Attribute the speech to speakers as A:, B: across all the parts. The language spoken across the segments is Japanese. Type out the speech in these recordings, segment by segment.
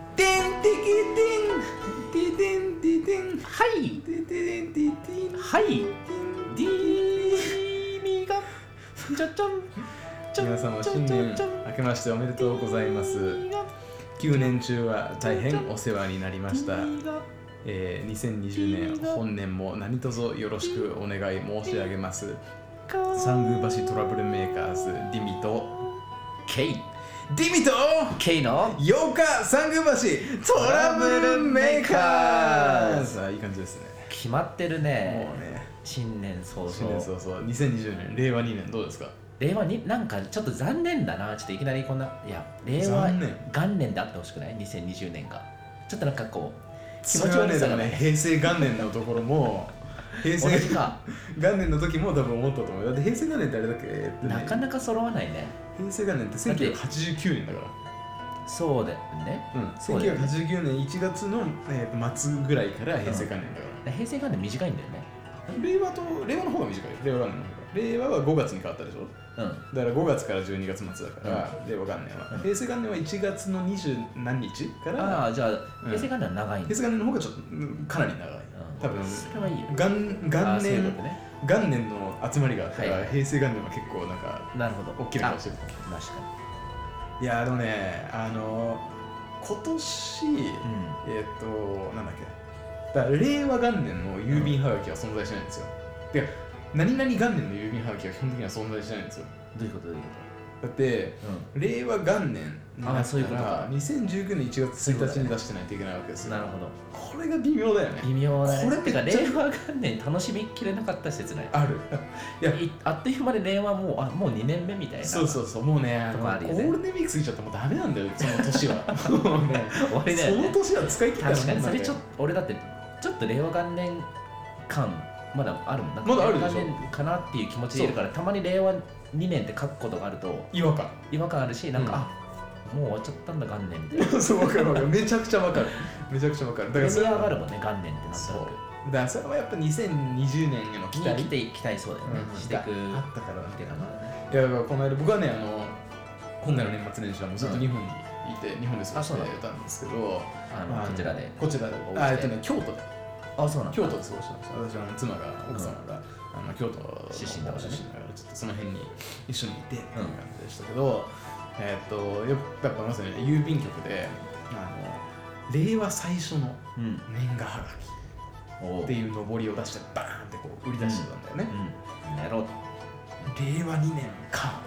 A: ディキディンディディンディディン
B: はい
A: ディディディンディディン
B: はい
A: デ
B: デ
A: ィ
B: ィミがじゃじゃんじゃん
A: 皆様
B: じゃ
A: 新
B: んじゃん
A: 年
B: じゃん
A: 明けましておめでとうございます
B: ディが
A: 9年中は大変お世話になりました
B: ディが
A: えー2020年本年も何卒よろしくお願い申し上げます
B: か
A: サングー橋トラブルメーカーズディミと
B: K
A: ディミと
B: K の
A: 8日サングー橋トラブルメーカーズあいい感じですね
B: 決まってる
A: も
B: ね
A: うね
B: 新年早
A: 新年
B: 々
A: そうそう2020年令和2年どうですか
B: 令和になんかちょっと残念だなちょっといきなりこんないや令和
A: 残念
B: 元年であってほしくない2020年がちょっとなんかこ気持
A: そ
B: ち悪
A: れ
B: さ
A: は
B: が
A: ねでもね平成元年のところも平
B: う
A: 成
B: 同じか
A: 元年の時も多分思ったと思うだって平成元年ってあれだっけ、えっとね
B: なかなか揃わないね
A: 平成元年って1989年だから
B: そうだよね
A: うん、
B: そうだよね
A: 1989年1月の、えーと末ぐらいから平成元年だか
B: 平成元年短いんだよね
A: ら、令和と令和の方が短い令和元年の方が令和は5月に変わったでしょ
B: うん
A: だから5月から12月末だから、令和元年は、
B: うん
A: 平成元年は1月の20何日から
B: ああじゃあ
A: うん
B: 平成元年は長いんだ
A: 平成元年の方がちょっとうんかなり長い、
B: うん
A: 多分
B: それはいいよ
A: 元
B: あ
A: 元
B: あそういうこと
A: 年
B: ね
A: 元年の集まりがあったから、
B: はい
A: 平成元年は結構なんか
B: なるほど
A: 大きな顔してる
B: あ確か
A: いやーでもねあのー今年、
B: にうん
A: えーっ、と、なんだっけ。だから令和元年の郵便はがきは存在しないんですよ。てか、何々元年の郵便はがきは基本的には存在しないんですよ。
B: どういうことどういうこ
A: だって、
B: とう
A: 令和元年
B: あーそういうこと
A: から
B: か
A: 2019年1月
B: そういうこ
A: 1
B: と
A: 日
B: だね
A: に出してないといけないわけです
B: ん
A: よ。
B: なるほど
A: これが微妙だよね。
B: 微妙だね
A: これ
B: てか
A: めっちゃ
B: 令和元年楽しみきれなかった説ない
A: ある。いや
B: いあっという間で令和もうあもう2年目みたいな
A: そうそうそう、もうね、あの
B: と
A: ゴ
B: かあるよね
A: ールデンウィーク過ぎちゃったらもうダメなんだよ、その年 は。もうね、
B: 終わりだよ
A: その
B: ね
A: 年は使い切った
B: 確かにそれ
A: もん
B: ちょっと俺だってちょっと令和元年感まだあるもんなんか
A: まだあるでしょ
B: 令和元年かなっていう気持ちでいるからたまに令和2年って書くことがあると
A: 違和感。
B: 違和感あるしなん
A: うん
B: か、あもう終わっちゃったんだ元年みたいな
A: そう、わかるわかる。めちゃくちゃわかる。めちゃくちゃわかる。だ
B: プレミ
A: れ
B: ア上がるもんね元年ってなった
A: そう
B: ら
A: だからそれはやっぱ2020年への期
B: 期
A: 待
B: 待ていきたいそうだよね、
A: うん
B: していく
A: あったからな
B: って感じだね
A: いやだからこの間僕はねあの今回の年末年始はもうずっと
B: うん
A: 日本にいて、日本で過ご
B: あ
A: し
B: そうなんだ
A: てたんですけど、
B: あの、
A: まあ
B: こちらで
A: こちらで
B: お家で
A: あえっとね京都で
B: あそうなんだ
A: 京都で過ごしてました私はあの妻が奥様が、あの京都の
B: 出身だからね
A: 出身だからちょっとその辺に一緒にいてっていう
B: うん
A: 感じでしたけど、えっとよやっぱまさに郵便局であの令和最初の
B: うん
A: 年賀はが
B: お
A: きっていう上りを出してバーンってこう売り出してたんだよね、
B: うんやろう
A: 令和2年か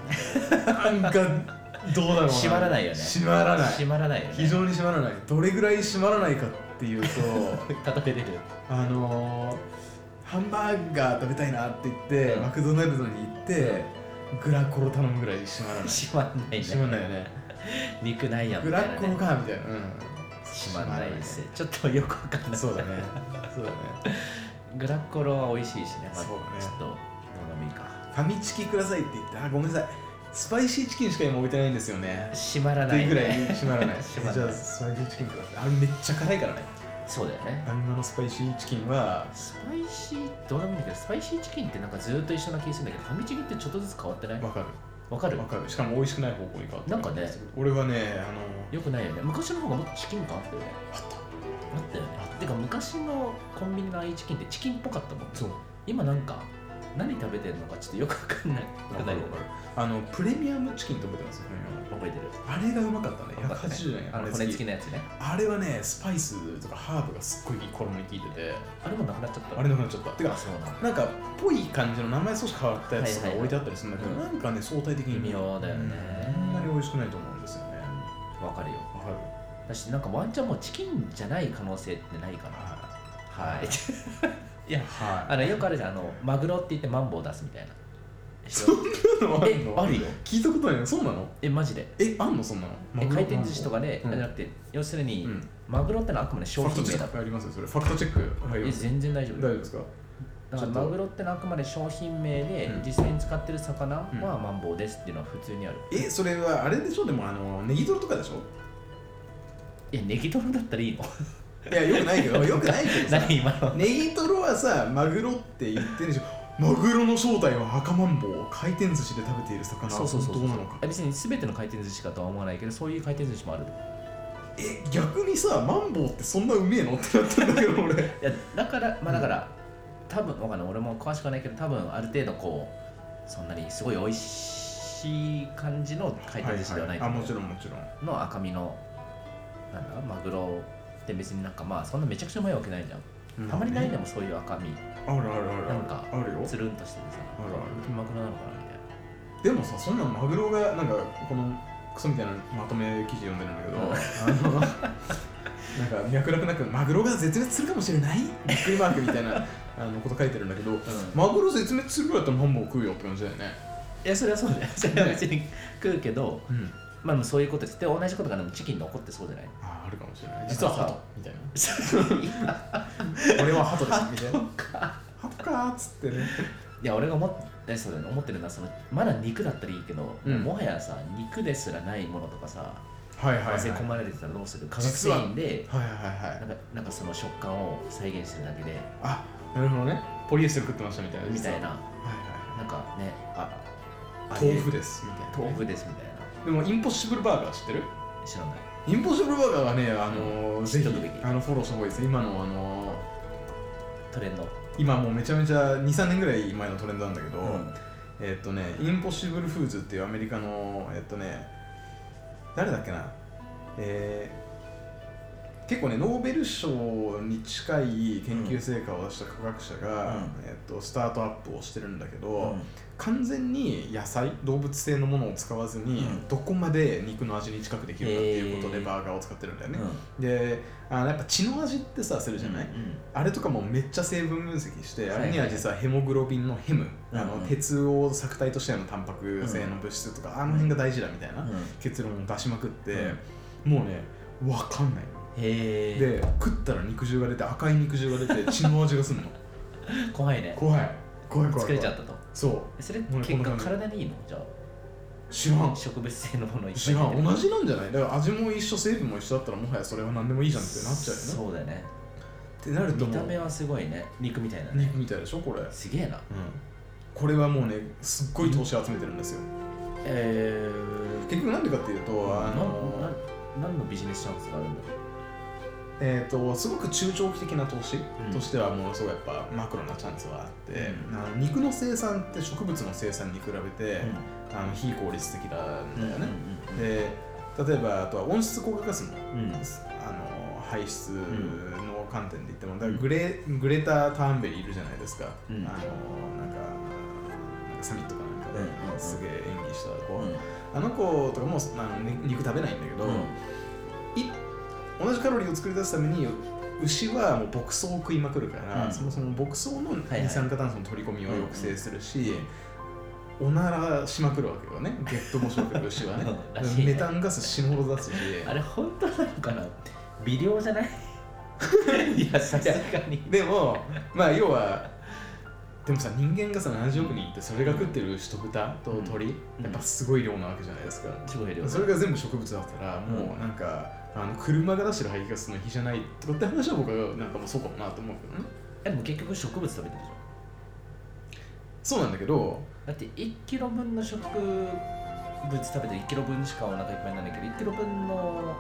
A: なんかどうだろう
B: 閉まらないよね
A: 閉まらない
B: 閉まらないよね
A: 非常に閉まらないどれぐらい閉まらないかっていうと
B: 叩けれる
A: あのー、ハンバーガー食べたいなって言って、
B: うん
A: マクドナルドに行ってグラコロ頼むぐらい閉まらない
B: 閉まんないね
A: 閉まらないよね
B: 肉ないやん
A: グ
B: みた
A: ラ
B: いな
A: コロ
B: ね
A: かみたいな、うん、
B: 閉まんないですねちょっとよくわかんない
A: そうだねそうだね
B: グラコロは美味しいしね,、まあ、
A: そうだね
B: ちょっとどうでもいいか
A: ファミチキくださいって言ってあごめんなさいスパイシーチキンしか今置いてないんですよね
B: 閉まら
A: って
B: ないいうね
A: ぐらい閉まらない
B: 閉まら
A: じ
B: ない
A: ゃあスパイシーチキンくださいあれめっちゃ辛いからね
B: そうだよね
A: あんなのスパイシーチキンは
B: スパイシーどうでもいいんだけどスパイシーチキンってなんかずっと一緒な気がするんだけどファミチキってちょっとずつ変わってない
A: わか
B: わか
A: る
B: る
A: わかるしかも美味しくない方向に変わってる
B: なんかね
A: 俺はねあの
B: よくないよね昔の方がもっとチキン感あったよね
A: あった
B: あったよねてか昔のコンビニのああいうチキンってチキンっぽかったもん
A: そう
B: 今なんか何食べてるのかちょっとよくわかんない
A: わ
B: く
A: か
B: ない
A: るわかるあのプレミアムチキンと思ってますよ
B: 覚えてる
A: あれがうまかったね
B: よかったね
A: 180円
B: あ
A: あ
B: の
A: れ付
B: 骨付
A: き
B: きのやつね
A: あれはねスパイスとかハーブがすっごい衣に効いてて
B: あれもなくなっちゃった
A: あれなくなっちゃったてか
B: そうなん
A: な
B: だ
A: んかぽい感じの名前少し変わったやつと
B: は
A: か
B: いはいはい
A: 置いてあったりするんだけど、
B: うん
A: なんかね相対的に
B: 微妙だよね
A: うんあんまり美味しくないと思うんですよね
B: わかるよ
A: わかる
B: だしなんかワンチャンもうチキンじゃない可能性ってないかなはいいや
A: は
B: あのよくあるじゃんあのマグロって言ってマンボウ出す みたいな
A: そいのあ
B: え
A: るの
B: あるよ
A: 聞いたことないのそうなの
B: えマジで
A: えあんのそんなの
B: え回転寿司とかで、
A: うん
B: あじゃなくて要するに、
A: うん
B: マグロってのはあくまで
A: フ
B: 商
A: ァクト
B: 品
A: チ
B: 名
A: ェ
B: だ
A: ックありますよそれファクトチェック入り
B: え
A: ます
B: 全然大丈
A: 大
B: 夫
A: 丈夫ですか
B: だから
A: ちょっと
B: マグロってのはあくまで商品名で、
A: うん
B: 実際に使ってる魚は
A: うん
B: マンボウですっていうのは普通にある、
A: えそれはあれでしょでもあのネギトロとかでしょ
B: いやネギトロだったらいいの
A: いやよくないけ どよくないけどさ
B: 何今の
A: ネギトロはさマグロって言ってるでしょマグロの正体は赤マンボウ回転寿司で食べている魚は
B: そうそうそう
A: 本
B: そ
A: 当
B: う
A: なのか
B: え別に全ての回転寿司かとは思わないけどそういう回転寿司もある
A: え逆にさマンボウってそんなうめえのってなったんだけど俺
B: いやだからまあだから、多分わかんない俺も詳しくはないけど多分ある程度こうそんなにすごい美味しい感じの回転寿司ではないと
A: あ
B: 思う
A: もちろんもちろんは
B: の赤身のなんだマグロって別になんかまあそんなめちゃくちゃうまいわけないじゃん、たまにないでもそういう赤身
A: あるあるある
B: なんか
A: あるよ
B: つるんとしててさ
A: あるある
B: 本当にマグロなのかなみたいな
A: でもさそんなマグロがなんかこのクソみたいなまとめ記事読んでるんだけど、
B: うん
A: あの なんか脈絡なくマグロが絶滅するかもしれないびっくりマークみたいな あのこと書いてるんだけど、マグロ絶滅するぐらいだったらマンボウ食うよって感じだよね、
B: いやそれはそうだよそれは別に食うけど
A: うん、
B: まあでもそういうことですで同じことがでもチキンで起こってそうじゃない
A: ああるかもしれない実はハトみたいな
B: そ
A: 俺はハトですみたいな
B: うか
A: ハトかーっつってね
B: いや俺が思ってそうだよね思ってるのはそのまだ肉だったらいいけど、
A: うん
B: もはやさ肉ですらないものとかさ
A: はいはいはい
B: 混ぜ込まれてたらどうする化学繊維で
A: はいはいはい
B: なんかなんかその食感を再現してるだけで
A: あなるほどねポリエステル食ってましたみたいな
B: みたい
A: 実は
B: な
A: は
B: なんかねあ
A: いはい豆腐
B: で
A: ですみたいなね
B: 豆腐ですみたいな
A: でもインポッシブルバーガー知ってる
B: 知らない
A: インポッシブルバーガーはね、あのーぜひ
B: 知っとくべき
A: あのフォローした方がいいです。今の、あの
B: トレンド
A: ー今もうめちゃめちゃ2、3年ぐらい前のトレンドなんだけど、
B: うん
A: えっとね、インポッシブルフーズっていうアメリカの、えっとね、誰だっけな、えー結構ね、ノーベル賞に近い研究成果を出した科学者が、
B: うん
A: えっと、スタートアップをしてるんだけど、
B: うん
A: 完全に野菜動物性のものを使わずに、
B: うん
A: どこまで肉の味に近くできるかっていうことで
B: へー
A: バーガーを使ってるんだよね、
B: うん
A: であのやっぱ血の味ってさするじゃない、
B: うん
A: あれとかもめっちゃ成分分析して、
B: はい
A: あれには実はヘモグロビンのヘム、あ
B: うん
A: の
B: うん
A: 鉄を削体としてのタンパク性の物質とか、あの辺が大事だみたいな、
B: うん
A: 結論を出しまくって、もうね分かんない
B: へえ
A: で食ったら肉汁が出て赤い肉汁が 出て血の味がするの
B: 怖いね
A: 怖い怖い怖い怖い
B: 疲れちゃったと
A: そう
B: それ
A: 俺
B: 結
A: こんな
B: 果
A: 感じ
B: 体にいいのじゃ
A: 知らん
B: あ植物性のものいっぱい
A: 知らん同じなんじゃないだから味も一緒成分も一緒だったらもはやそれは何でもいい
B: い
A: じゃんってなっちゃうよね
B: そうだよね
A: ってなると
B: 見
A: も
B: た
A: う
B: 目はすごいね肉みたいなね
A: 肉みたいでしょこれ
B: すげえな
A: これはもうねすっごい投資集めてるんですよ
B: え
A: 結局なんでかっていうとあの
B: 何のビジネスチャンスがあるんだろう
A: えー、とすごく中長期的な投資
B: ん
A: としてはものすごいやっぱマクロなチャンスはあって、
B: うん
A: あの肉の生産って植物の生産に比べて、あの非効率的なんだよね、で例えばあとは温室効果ガスの
B: うんうんうん
A: あの排出の観点で言っても、だか
B: う
A: ら
B: ん
A: グレグレタ・ターンベリーいるじゃないですか、
B: うん
A: あのなんかなんかサミットかなんかで、
B: うんうんうん
A: すげえ演技した子、
B: うん
A: あの子とかもあの、ね肉食べないんだけど、い同じカロリーを作り出すために牛はもう牧草を食いまくるから、
B: うん
A: そもそも牧草の
B: いはい
A: 二酸化炭素の取り込みを抑制するし、おならしまくるわけよねゲップもしまくる牛はね
B: らしいね
A: メタンガス死ぬほど出すし
B: あれ本当なのかな微量じゃない いやさすがに
A: でもまあ要はでもさ人間がさ70億人いてそれが食ってる牛と豚と鳥、
B: うん
A: やっぱすごい量なわけじゃないですか、
B: すごい量
A: それが全部植物だったらもうなんか、あの車が出してる排気ガスの比じゃないとかって話は僕はなんかもうそうかもなと思うけどね
B: えでも結局植物食べてるでしょ
A: そうなんだけど
B: だって1キロ分の植物食べて1キロ分しかお腹いっぱいにならないけど1キロ分の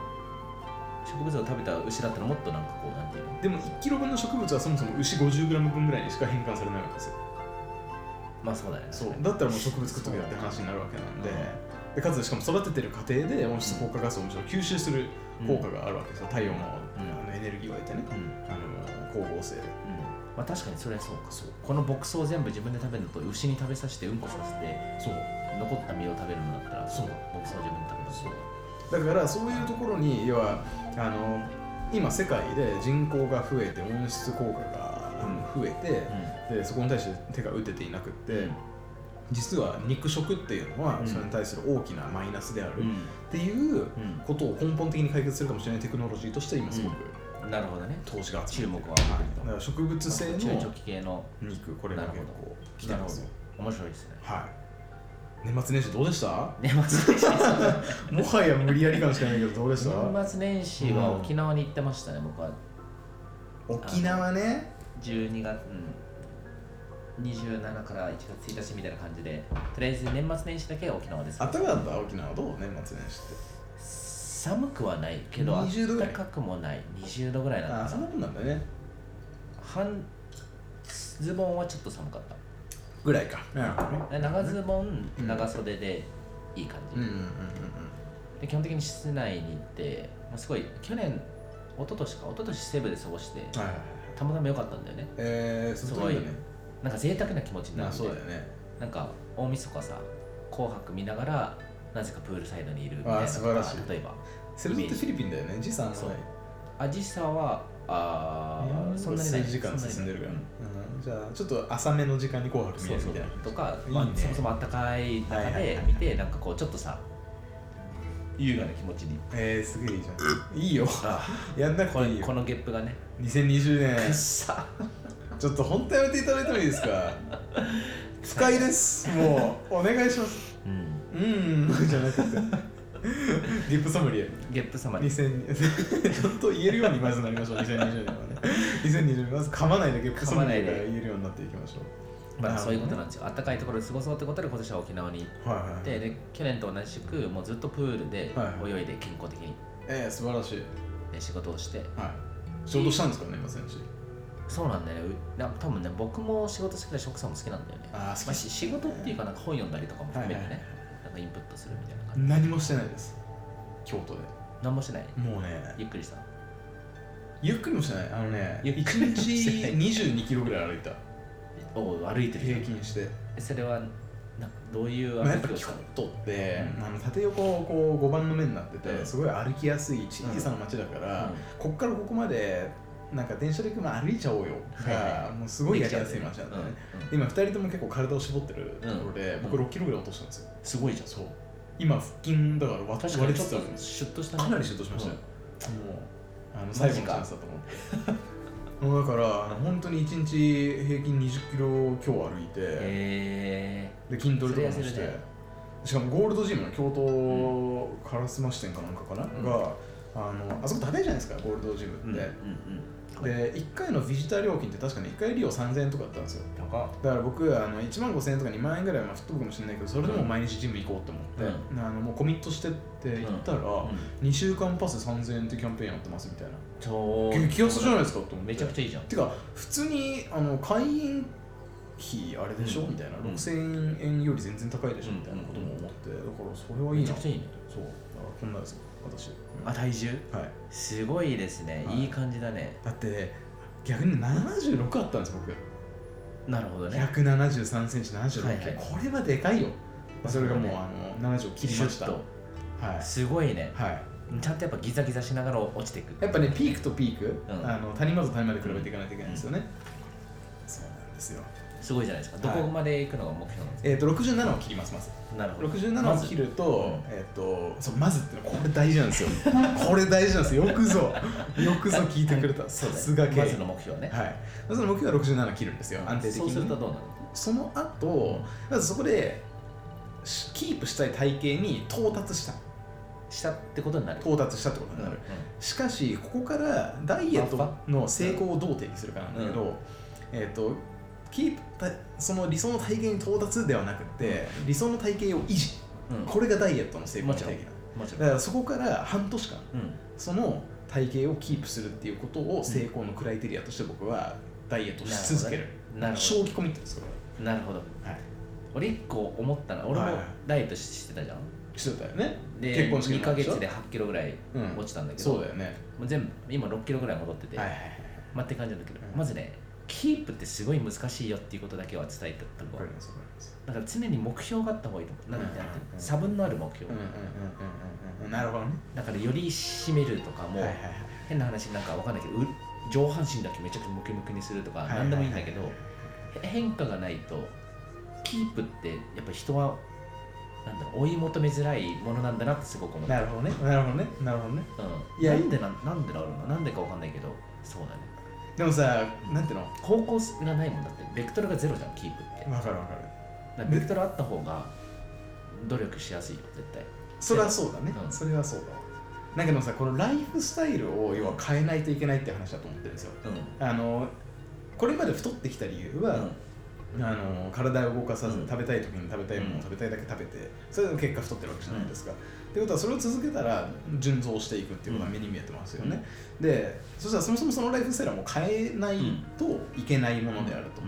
B: 植物を食べた牛だったらもっとなんかこうなんていうの
A: でも1キロ分の植物はそもそも牛 50g 分ぐらいにしか変換されないわけですよ
B: まあそうだよね
A: そうだったらもう植物食っとけよって話になるわけなんで,、でかつしかも育ててる過程で温室効果ガスをむしろ吸収する効果があるわけですよ、太陽の,、
B: うん
A: あのエネルギーを得てね、
B: うんうん
A: あの光合成で
B: まあ確かにそれはそうか
A: そう
B: この牧草を全部自分で食べるのと牛に食べさせてうんこさせて
A: そう
B: 残った身を食べるのだったら
A: そう
B: 牧草を自分で食べる
A: そうだからそういうところに要はあの今世界で人口が増えて温室効果があの増えて、でそこに対して手が打てていなくって、
B: うん
A: 実は肉食っていうのは
B: うん
A: それに対する大きなマイナスである
B: う
A: っ
B: ん
A: ていう
B: うん
A: ことを根本的に解決するかもしれないテクノロジーとして今すごく
B: うんなるほどね
A: 投資が集
B: 注
A: ま
B: 目
A: って
B: は
A: る、はいだから植物性
B: 中長
A: の
B: 期系の
A: 肉これが結構来て
B: なる
A: ま
B: ほ
A: すよ
B: ど面白いですね
A: はい年末年始どうでした
B: 年末年始
A: もはや無理やり感しかないけどどうでした
B: 年末年始は沖縄に行ってましたね僕は
A: 沖縄ね
B: 12月、うん、27から1月1日みたいな感じでとりあえず年末年始だけ沖縄です
A: 暖かかった沖縄どう年末年始って
B: 寒くはないけど
A: 20度ぐらい
B: 暖かくもない20度ぐらいな
A: あ
B: ん
A: あ
B: だ
A: そんなもんなんだね
B: 半ズボンはちょっと寒かった
A: ぐらいかうん
B: で長ズボン
A: うん
B: 長袖でいい感
A: うん
B: じ、
A: うんうん
B: で基本的に室内に行って、まあ、すごい去年一昨年か一昨年西部で過ごして
A: うんはいはいはい
B: たまたま良かったんだよね
A: えー、その通りだね
B: なんか贅沢な気持ちにな
A: まあ
B: って
A: そうだよね
B: なんか大晦日さ紅白見ながらなぜかプールサイドにいるみたいな
A: あー素晴らしい
B: 例えば
A: セルゾってフィリピンだよね時差の
B: そう
A: ない
B: アジサはあーそんなにない
A: 数時間進んでるから、うん、じゃあちょっと浅めの時間に「紅白」見
B: そ
A: え
B: う
A: る
B: そ
A: み
B: う
A: たいな
B: とか、
A: いいね
B: まあ、そもそもあったかい中
A: はいはい
B: で
A: はい
B: 見て、なんかこうちょっとさ優雅な気持ちに
A: えー、すげえいいじゃんいいよ
B: あ
A: やんなく
B: こ
A: ていい
B: れこ
A: よ
B: のゲップがね
A: 2020
B: くっ
A: 年
B: さ
A: ちょっと本当やめていただいてもいいです か不快ですもうお願いします
B: うん
A: うーんじゃ なくてリップソムリエ
B: ゲップ様に
A: 2020 ちゃんと言えるようにまずなりましょう2020年はね2020年まず噛まないだけ
B: 噛まないで
A: 噛ま言えるようになっていきましょう
B: ま
A: な
B: あ
A: るほどね
B: そういうことなんですよあったかいところで過ごそうってことで今年は沖縄に行っ
A: はいはい
B: てで去年と同じくもうずっとプールで
A: はいはい
B: 泳いで健康的に
A: えー、素晴らしい
B: ね仕事をして
A: はい仕事したんですかね今選手
B: そうなんだよねうなんか多分ね僕も仕事好きだし奥さんも好きなんだよね、
A: ああ
B: まあ、し仕事っていうかなんか本読んだりとかも含めてね、なんかインプットするみたいな感じ
A: 何もしてないです京都で
B: 何もしない
A: もうね
B: ゆっくりした
A: ゆっくりもしてないあのね
B: ゆ
A: 1
B: っくりもしてない
A: 日22キロぐらい歩いた
B: おう歩いてるじゃ
A: 平
B: ん
A: 均して、
B: それはなんかどういう
A: まあ、やっぱ京
B: 歩きをしたの
A: 都って、
B: うん
A: あの縦横こう5番の目になってて、
B: うん
A: すごい歩きやすい小さな街だから、
B: うん
A: こっからここまでなんか電車で行く前歩いちゃおうよが、
B: はいは
A: もうすごいやりやすい街なんだね、
B: うんうん
A: 今2人とも結構体を絞ってるところで、
B: うん
A: 僕6キロぐらい落としたんですよ、
B: すごいじゃん
A: そう今腹筋だから割
B: 確か
A: 割れ
B: にち
A: つつあ
B: ょっ
A: るんで
B: と
A: す
B: シュッとしたね
A: かなりシュッとしましたよ、もうあの最後のチャンスだと思ってもうだからあの本当に1日平均20キロ強歩いて、
B: へ
A: で筋トレとかもし
B: それ痩せ
A: て
B: るね
A: しかもゴールドジムの京都烏丸支店かなんかかな、
B: ん
A: があのあそこ高いじゃないですかゴールドジムって、
B: ーうんうんうん
A: で1回のビジター料金って確かに1回利用3000円とかだったんですよ
B: 高っ
A: だから僕あの1万5000円とか2万円ぐらいまあ吹っ飛ぶかもしれないけどそれでも毎日ジム行こうと思って、あのもうコミットしてって行ったら、
B: うん
A: 2週間パス3000円ってキャンペーンやってますみたいな
B: ちょう
A: 激安じゃないですかと思って
B: めちゃくちゃいいじゃん
A: てか普通にあの会員費あれでしょ、
B: うん
A: みたいな
B: うん
A: 6000円より全然高いでしょ、
B: うん
A: みたいなことも思ってだからそれはいい
B: め
A: な
B: ちゃくち
A: そう
B: ゃいいね
A: だからこんなですよ私、
B: あ体重
A: はい
B: すごいですね
A: はい
B: いい感じだね
A: だって逆に76あったんです僕
B: なるほどね
A: 1 7 3センチ7 6キロ、
B: はいはい
A: これはでかいよそれがもう、
B: ね
A: あの70を切りました
B: シ
A: は
B: ュ
A: い
B: ッとすごいね
A: はい
B: ちゃんとやっぱギザギザしながら落ちていく
A: やっぱねピークとピーク、
B: うん
A: あの谷間と谷間で比べていかないといけないんですよね、そうなんですよ
B: すごいじゃないですかどこまで行くのが目標なんです
A: えっ、と67を切りますまず
B: かなるほど
A: 67を切ると
B: ま,、
A: えっとそうまずってのはこれ大事なんですよこれ大事なんですよよくぞよくぞ聞いてくれたさすが
B: まず
A: K
B: の目標ね
A: はい、まずの目標は67切るんですよ、安定的に
B: そう
A: ね
B: するとどうなる
A: その後まずそこでしキープしたい体型に到達した
B: したってことになる
A: 到達したってことになる、しかしここからダイエットの成功をどう定義するかなんだけど、
B: う
A: えっ、とキープたその理想の体型に到達ではなくて、理想の体型を維持
B: うんうん
A: これがダイエットの成功の定義なの
B: もちろ
A: だ
B: ん
A: からそこから半年間
B: うん
A: その体型をキープするっていうことを成功のクライテリアとして僕はダイエットし続ける
B: なるほ
A: 長期コミットですこれ
B: どなるほど
A: ははい
B: 俺一個思ったの俺
A: はい
B: も
A: はい
B: ダイエットししてたじゃん
A: してたよね
B: で
A: 結婚式の
B: 2ヶ
A: 話でしょ
B: 月で8キロぐらい
A: うん
B: 落ちたんだけど、
A: そうだよね
B: もう全部今6キロぐらい戻ってて、
A: はいはいはい
B: まあって感じなんだけど、
A: うん
B: まずねキープってすごい難しいよっていうことだけは伝えてた
A: わ
B: の
A: かりますわかります
B: だから常に目標があった方がいいと思うなんかなんていう
A: うん
B: の差分のある目
A: う
B: 標、
A: んうんうんうんうんうんなるほどね
B: だからより締めるとかも、
A: はいはいはい
B: 変な話なんかわかんないけどう上半身だけめちゃくちゃムキムキにするとか
A: はいはい
B: 何でもいいんだけど、へ変化がないとキープってやっぱ人はなんだろう追い求めづらいものなんだなってすごく思った、
A: なるほどねなるほどねなるほどね
B: うん、
A: いや
B: なんでなんなんでだろうななんでかわかんないけどそうだね
A: でもさなんていうの
B: 方向性がないもんだってベクトルがゼロじゃんキープってだか
A: わかるわかる
B: らベクトルあった方が努力しやすいよ絶対
A: それはそうだね、
B: うん
A: それはそうだわだけどさこのライフスタイルを要は変えないといけないって話だと思ってるんですよ
B: うん
A: あのこれまで太ってきた理由
B: う
A: は
B: ん、
A: あの体を動かさず
B: うん
A: 食べたい時に食べたいもの
B: うん
A: を食べたいだけ食べてそれで結果太ってるわけじゃないですか、ってことはそれを続けたら順増していくっていうことが目に見えてますよね、でそしたらそもそもそのライフスタイルはもう変えないといけないものであると、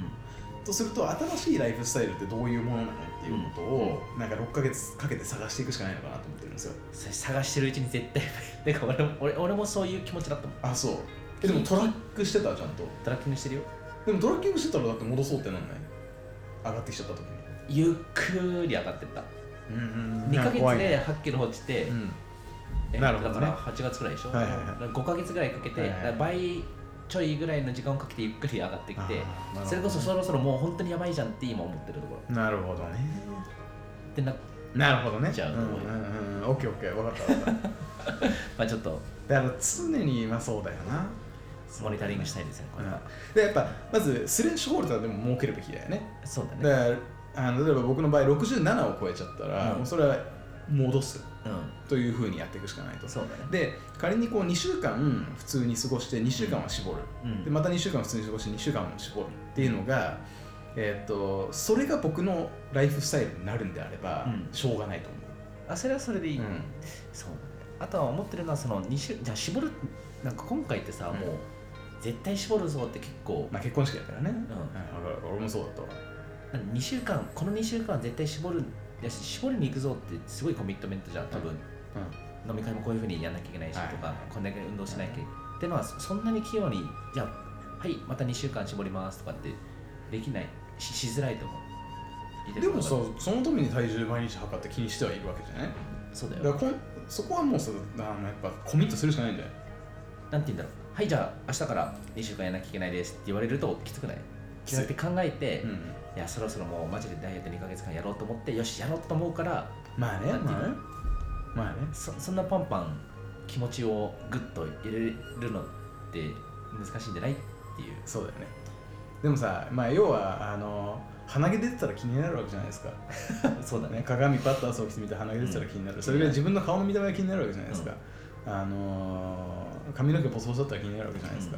A: とすると新しいライフスタイルってどういうものなのっていうことを、なんか6ヶ月かけて探していくしかないのかなと思ってるんですよ
B: それ探してるうちに絶対 なんか俺も俺俺もそういう気持ちだったもん
A: あそうえでもトラックしてたちゃんと
B: トラッキングしてるよ
A: でもトラッキングしてたらだって戻そうってなんない上がってきちゃった時に
B: ゆっくり上がってった
A: うんうん
B: 2ヶ月で8キロ落ちて、
A: うん
B: え
A: なるほどね
B: だから8月くらいでしょ、
A: はいはいはい
B: だから5ヶ月ぐらいかけて、
A: はいはい
B: だから倍ちょいぐらいの時間をかけてゆっくり上がってきて
A: あーなるほどね
B: それこそそろそろもう本当にやばいじゃんって今思ってるところ
A: なるほどね
B: でな
A: なるほどね
B: じゃあ
A: うんうんうんオッケーオッケー分かった分かった
B: まあちょっと
A: だから常にまあそうだよな
B: モニタリングしたいですねこれは、
A: うんでやっぱまずスレッシュホールダーでも設けるべきだよね
B: そうだね
A: だからあの例えば僕の場合67を超えちゃったら、
B: うん
A: もうそれは戻す
B: う
A: というふうにやっていくしかないと
B: んそうだね
A: で仮にこう2週間普通に過ごして2週間は絞る、
B: うん
A: でまた2週間普通に過ごして2週間も絞るっていうのが、えーっとそれが僕のライフスタイルになるんであれば、
B: うん
A: しょうがないと思
B: あそれはそれでいい、
A: う、
B: そうあとは思ってるのはその2週じゃあ絞るなんか今回ってさ、
A: うん
B: もう絶対絞るぞって結構
A: まあ、結婚式だからね、うん
B: ん
A: わかるわかる俺もそうだったわ
B: 2週間この2週間は絶対絞るやし絞りに行くぞってすごいコミットメントじゃん多分、
A: うん
B: 飲み会もこういうふうにやんなきゃいけないしと
A: はい
B: か、こんだけ運動しなきゃいけない、ってのはそそんなに器用にじゃあはいまた2週間絞りますとかってできないししづらいと思う
A: でもさ
B: そう
A: そのために体重毎日測って気にしてはいるわけじゃない
B: そうだ
A: だ
B: よ
A: からこんそこはもうさあのやっぱコミットするしかないんだよ
B: なんて言うんだろうはいじゃあ明日から2週間やんなきゃいけないですって言われるときつくない
A: きつい
B: って考えて、
A: う
B: い
A: ん
B: やそろそろもうマジでダイエット2ヶ月間やろうと思ってよしやろうと思うから
A: まあね
B: なんていうの
A: まあねまあね
B: そそんなパンパン気持ちをグッと入れるのって難しいんじゃないっていう
A: そうだよねでもさまあ要はあの鼻毛出てたら気になるわけじゃないですか、
B: そうだね
A: ね、鏡パッと朝起きてみて鼻毛出てたら気になる、それが自分の顔の見た目が気になるわけじゃないですか、あのー髪の毛ボソボソだったら気になるわけじゃないですか、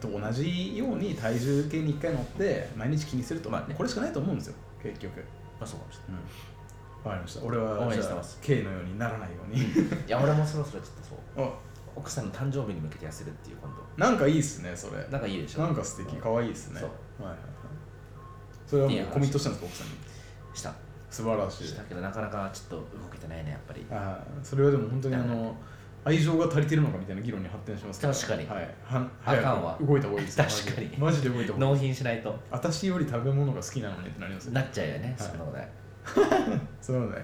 A: と同じように体重計に1回乗って毎日気にすると、
B: まあね
A: これしかないと思うんですよ結局わ、
B: まあそうかもしれない
A: うん、わかりました俺は
B: 応援
A: じ
B: して
A: ゃあ
B: ます
A: 刑のようにならないように、
B: いや俺もそろそろちょっとそ う
A: あ
B: 奥さんの誕生日に向けて痩せるっていう今度
A: なんかいいっすねそれ
B: なんかいいでしょ
A: なんか素敵可愛いですね
B: そう
A: はいはいはいそれはもうコミットしたんですか奥さんに
B: した
A: 素晴らしい
B: したけどなかなかちょっと動けてないねやっぱり
A: あーそれはでも本当にあの愛情が足りてるのかみたいな議論に発展しますから
B: 確かに
A: はい、は
B: あかんわ
A: 早く動いた方がいいですマジで
B: 確かに
A: マジで動いた方がいい
B: 納品しないと
A: 私より食べ物が好きなのねってなりますよ
B: なっちゃうよね、
A: はい
B: そんなことない
A: そういうのね
B: そんなことない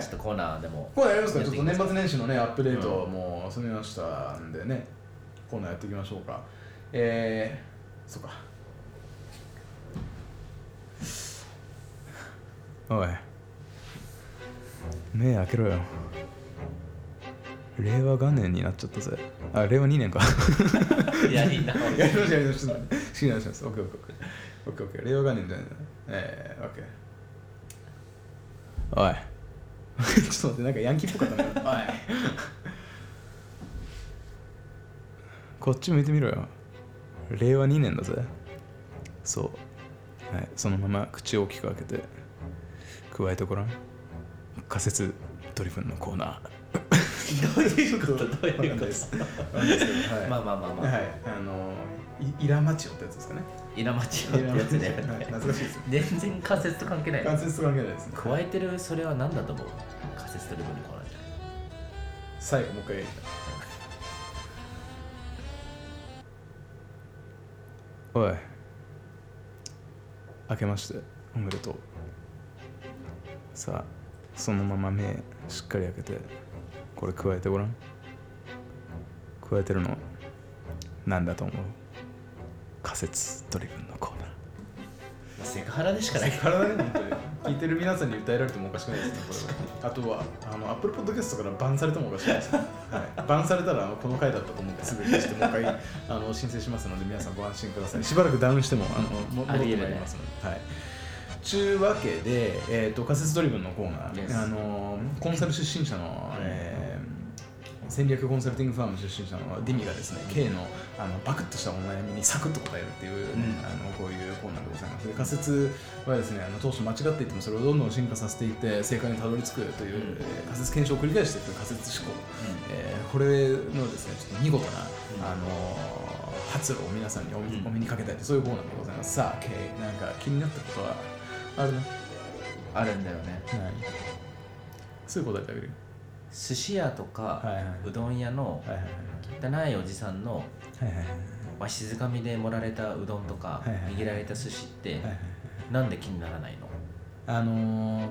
A: OK
B: ちょっとコーナーでも
A: コーナーやりますか
B: や
A: ち
B: っ
A: ょって
B: い
A: と
B: きま
A: 年
B: すか
A: 末年始のねアップデートもう済みましたんでね、コーナーやっていきましょうかえー、そうかおい目開けろよ令和元年になっちゃったぜあ令和2年か
B: いやいいな
A: やりましたやりました失礼しますオッケーオッケーオッケーオッケー令和元年じゃないんだえー、オッケーおい ちょっと待ってなんかヤンキーっぽかったな
B: おい
A: こっち向いてみろよ令和2年だぜそうはいそのまま口を大きく開けて加えてごらん仮説ドリブンのコーナ
B: どういうことどう
A: ー
B: い
A: わ
B: うこ
A: かんないです は
B: と
A: い
B: まあまあまあまあ、
A: はいあのいイラマチオってやつですかね
B: イラマチオってやつ
A: イラマチオはい
B: ね
A: 懐かしいですよ
B: 全然仮説と関係ない
A: 関節と関係ないですね
B: 加えてるそれは何だと思う仮説とルールのコーナーじゃない
A: 最後もう一回おい明けましておめでとうさあそのまま目しっかり開けてこれ加えてごらん加えてるのなんだと思う仮説ドリブンのコーナー
B: セクハラでしかない
A: 体ね本当に聞いてる皆さんに訴えられてもおかしくないですねこれはあとはあのアップルポッドキャストからバンされてもおかしくないです、ねはい、バンされたらあのこの回だったと思ってすぐにしてもう 一回あの申請しますので皆さんご安心くださいしばらくダウンしてもあのも
B: あ
A: 戻っ
B: り
A: て
B: えるね
A: まいりますので、はいちゅうわけで、えー、と仮説ドリブンのコーナー、
B: Yes
A: あのコンサル出身者の、えー戦略コンサルティングファーム出身者のディミがですね、K のあのバクッとしたお悩みにサクッと答えるっていう、ね
B: うん
A: あのこういうコーナーでございますで仮説はですねあの当初間違っていてもそれをどんどん進化させていって正解にたどり着くという、
B: うん
A: えー仮説検証を繰り返していく仮説思考、えーこれのですねちょっと見事な、
B: うん
A: あのー発露を皆さんにお見,、
B: うん
A: お目にかけたいとそういうコーナーでございますさあ K なんか気になったことはあるね
B: あるんだよね
A: はいすぐ答えてあげる
B: 寿司屋と
A: はいは
B: か
A: いう
B: どん屋の
A: はいはいはい
B: 汚いおじさんの
A: はいはいはい
B: わしづかみで盛られたうどんとか
A: はいはい
B: 握られた寿司って
A: はいはい
B: なんで気にならないの
A: あのー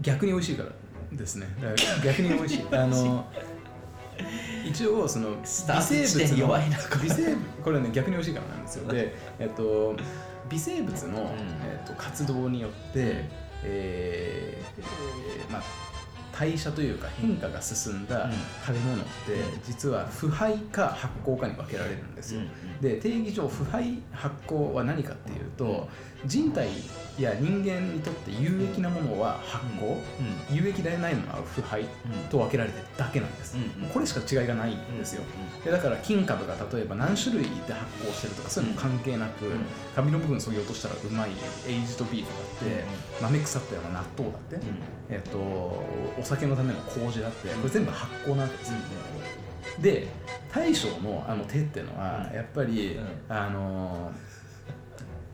A: 逆に美味しいからですねだから逆に美味しい あのー一応その微
B: スタート地点
A: 生物
B: 弱
A: の
B: いなこれ
A: 微生物これね逆に美味しいからなんですよでえっと微生物の、
B: ん
A: えっと、活動によって、えーまあ代謝というか変化が進んだ
B: うん
A: 食べ物って、
B: うん
A: 実は腐敗か発酵かに分けられるんですよ、で定義上腐敗発酵は何かっていうと人体や人間にとって有益なものは発酵、
B: うん
A: 有益でないものは腐敗
B: うん
A: と分けられてるだけなんです、
B: うんうん
A: これしか違いがないんですよ、でだから金株が例えば何種類で発酵してるとかそういうのも関係なく、
B: うん
A: 髪の部分そぎ落としたらうまいエイジとビールだって、豆腐って納豆だって、えっとお酒のための麹だってこれ全部発酵なわけですよ、で大将のあの手ってのは
B: うん
A: やっぱり、
B: う
A: あの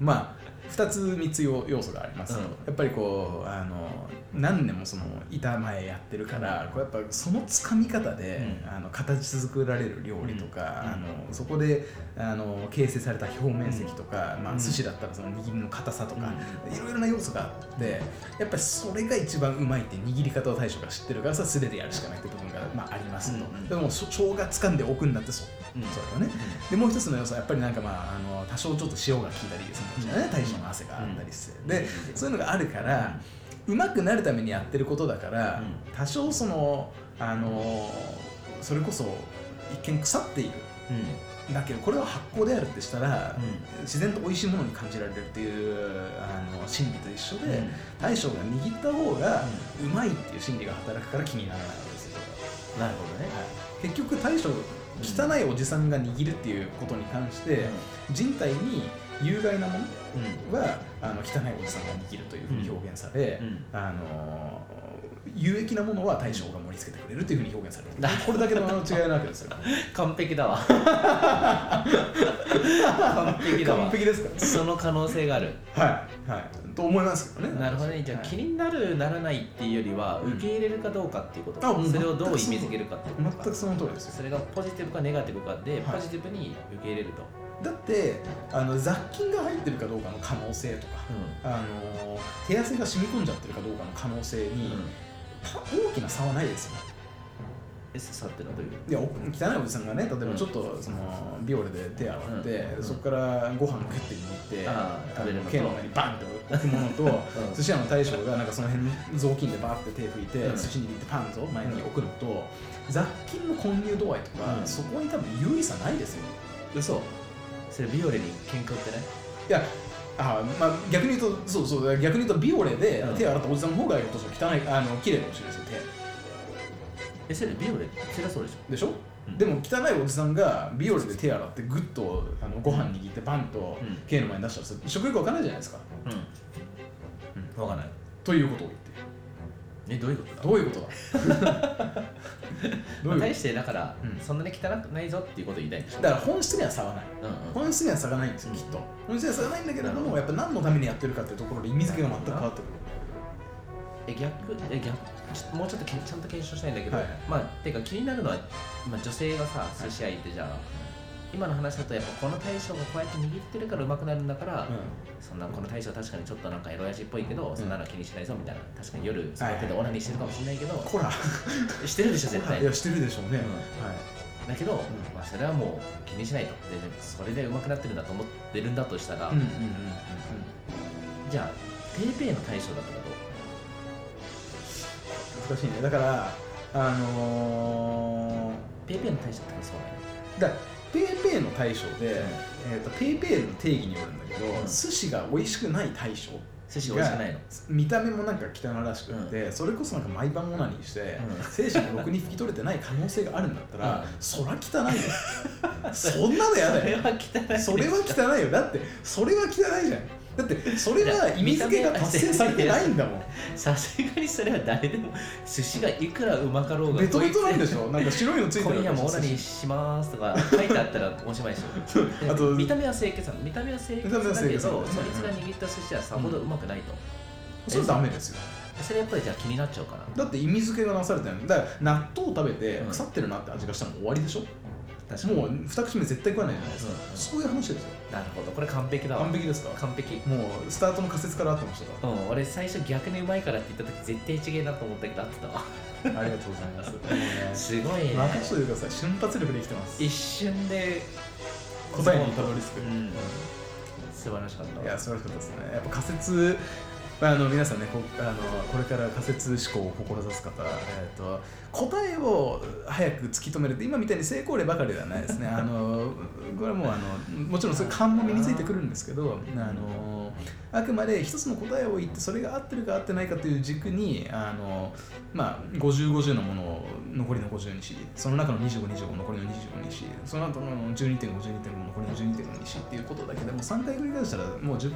A: ーまあ2つ3つ要要素があります、
B: うん
A: やっぱりこうあの何年もその板前やってるから、こうやっぱそのつかみ方で、
B: うん
A: あの形作られる料理とか、
B: うん
A: あのそこであの形成された表面積とか、ま
B: う
A: あ、
B: ん
A: 寿司だったらその握りの硬さとか、いろいろな要素があってやっぱりそれが一番うまいって握り方を大将が知ってるからさ素手でやるしかないって部分が、まあ、ありますと、
B: うん
A: でもしょ生姜掴んでおくんだってそう
B: うん
A: それはねでもう一つの要素はやっぱりなんかまああの多少ちょっと塩が効いたりそのうちのね大将の汗があったりして、
B: うん
A: でそういうのがあるからうまくなるためにやってることだから、
B: うん
A: 多少そのあのそれこそ一見腐っているだけどこれは発酵であるってしたら、自然と美味しいものに感じられるっていうあの心理と一緒で、大将が握った方がうまいっていう心理が働くから気にならないわけですよ、
B: なるほどね
A: はい、結局大将汚いおじさんが握るっていうことに関して、人体に有害なものはあの汚いおじさんが握るというふうに表現され、あの有益なものは大将が盛り付けてくれるというふうに表現されるこれだけの違いなわけですよ
B: 完璧だわ完璧だ
A: 完
B: わ
A: 璧ですか
B: その可能性がある
A: はいはいと思いますけどね
B: なるほどねじゃあ
A: はい
B: 気になるならないっていうよりは
A: うん
B: 受け入れるかどうかっていうこと
A: あもう
B: それをどう意
A: 全くそう
B: 味づけるかってこと
A: 全
B: か
A: くその通りですよ
B: それがポジティブかネガティブかで
A: はい
B: ポジティブに受け入れると
A: だってあの雑菌が入ってるかどうかの可能性とか、あの手汗が染み込んじゃってるかどうかの可能性
B: う
A: に、
B: ん
A: た大きな差はないですよ
B: えさってのはどういう
A: いやお汚いおじさんがね例えばちょっとそのビオレで手洗って、
B: うん
A: そこからご飯の食って握って、
B: あー食べるのと
A: 毛の上にバンって置くものと、
B: ん
A: 寿司屋の大将がなんかその辺雑巾でバーって手拭いて、
B: うん
A: 寿司握ってパンと前に置くのと、雑菌の混入度合いとか、
B: うん
A: そこに多分有意差ないですよ
B: 嘘それビオレに喧嘩売ってない
A: いやあまあ、逆に言うと、そうそう、逆に言うと、ビオレで
B: うん
A: 手洗ったおじさんの方が、としたら汚い、あの綺麗かもしれないですよ、
B: えそれビオレそれはそうでしょ
A: 手。でしょ、
B: うん
A: でも、汚いおじさんがビオレで手洗って、ぐっとあのご飯握って、バンと
B: うん
A: 毛の前に出したらそれ、食欲わかんないじゃないですか。
B: うん分かんない
A: ということを言って
B: えどういうことだ
A: る。どういうことだ どう
B: まあ
A: いう
B: 対してだから
A: うん
B: そんなに汚くないぞっていうことを言いたいんでしょ
A: だから本質には差はない。
B: うんうん
A: 本質には差がないんですよ、きっと。本質には差がないんだけれども、やっぱ何のためにやってるかっていうところで意味付けが全く変わってくる。
B: え逆え逆ちょっともうちょっとけちゃんと検証したいんだけど、
A: はいはい
B: まあてか気になるのは、まあ、女性がさ寿司屋行ってじゃあ、今の話だとやっぱこの大将がこうやって握ってるからうまくなるんだから、そんなこの大将確かにちょっとなんかエロやじっぽいけど、そんなの気にしないぞみたいな確かに夜その手でオナニーしてるかもしれないけど、
A: うん、こら、
B: してるでしょ絶対
A: いや、してるでしょうね。
B: うん
A: はい
B: だけど、まあ、それはもう気にしないとででそれでうまくなってるんだと思ってるんだとしたら、
A: うんうんうんうんうん
B: じゃあペイペイの大将だってこと
A: 難しいねだからあの
B: ペイペイの大将ってことそうだ
A: ー、だ
B: よね
A: ペイペイの大将で、えー、とペイペイの定義によるんだけど、
B: うん
A: 寿司が美味しくない大将
B: 寿司美味しくないの
A: 見た目もなんか汚らしくって、それこそなんか毎晩オナニーして、
B: うん
A: 精子もろくに拭き取れてない可能性があるんだったら、
B: うん
A: そら汚い よそんなのや
B: そ
A: だ
B: れ
A: よ
B: は汚い
A: それは汚いよだってそれは汚いじゃんだってそれは意味付けが達成されてないんだもん
B: さすがにそれは誰でも寿司がいくらうまかろうが
A: ベトベトなんで
B: こ
A: しょなんか白いのつ
B: い
A: い
B: つ
A: てる
B: 今夜もオナ
A: ら
B: ニーしますとか書いてあったらおしまいでしょ
A: あと
B: 見た目は清潔なの見た目は清潔だけど
A: 見た
B: そ
A: 目
B: い
A: は清
B: つ
A: 潔なの
B: が握った寿司はさほどうまくないと、
A: それはダメですよ
B: それやっぱりじゃあ気になっちゃうか
A: だ
B: な
A: って意味付けがなされてないだから納豆を食べて
B: うん
A: 腐ってるなって味がしたら終わりでしょ、
B: 確かに
A: もう二口目絶対食わないじゃないですか、
B: うん
A: そういう話ですよ
B: なるほどこれ完璧だわ
A: 完璧ですか
B: 完璧
A: もうスタートの仮説から合ってまし
B: うん、俺最初逆にうまいからって言った時絶対一芸だと思ったけど合ってたわ
A: たからありがとうございますもうね
B: すごいね
A: 任せてください瞬発力で生きてます
B: 一瞬で
A: 答えにたどり着く、
B: うん素晴らしかったわ
A: いや素晴らしかったですねやっぱ仮説まあ、あの皆さんねこあのこれから仮説思考を志す方、えー、と答えを早く突き止めるって今みたいに成功例ばかりではないですねあのこれはもうあのもちろんそれ勘も身についてくるんですけどあのあくまで一つの答えを言ってそれが合ってるか合ってないかという軸にあの、まあ、5050のものを残りの50にしその中の2525残りの25にしその後の12.512.5残りの12.5にしっていうことだけでも3回繰り返したらもう10%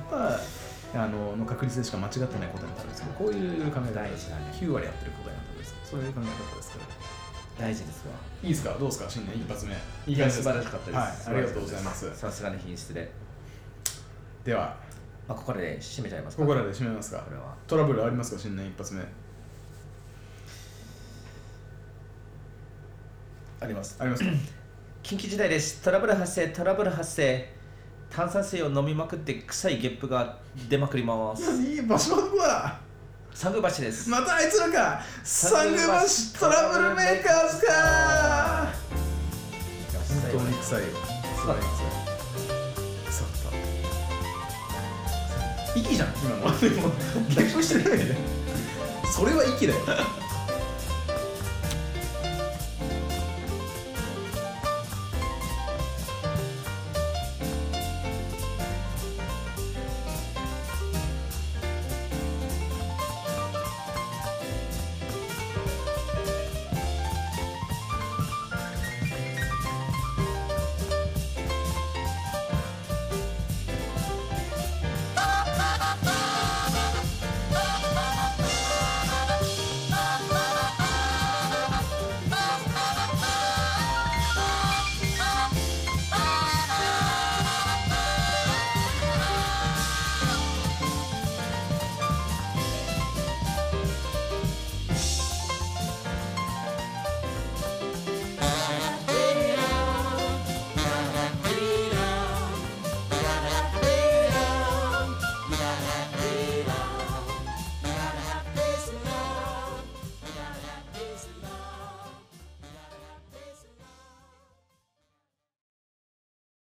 A: あのの確率でしか間違ってない答えになるんですけどこういう考え
B: 大事だね
A: 9割合ってる答えなんですそういう考え方ですから
B: 大事ですわ
A: いいですかどうですか新年一発目い
B: い
A: い感
B: や
A: じです
B: 素
A: か
B: 晴らしかったです、
A: はい、ありがとうございます
B: さすがに品質で、
A: では
B: まあ、ここで締めちゃいますか
A: ここ
B: こ
A: らで締めますか
B: れは
A: トラブルありますか新年一発目
B: あります
A: ありますか
B: 緊急事態ですトラブル発生トラブル発生炭酸水を飲みまくって臭いゲップが出まくります
A: いい場所だ
B: サグバシです
A: またあいつらかサングマシトラブルメーカーズか
B: 本
A: 本当に臭いよ
B: 臭い
A: 腐 った息じゃん今のでも逆してないよねそれは息だよ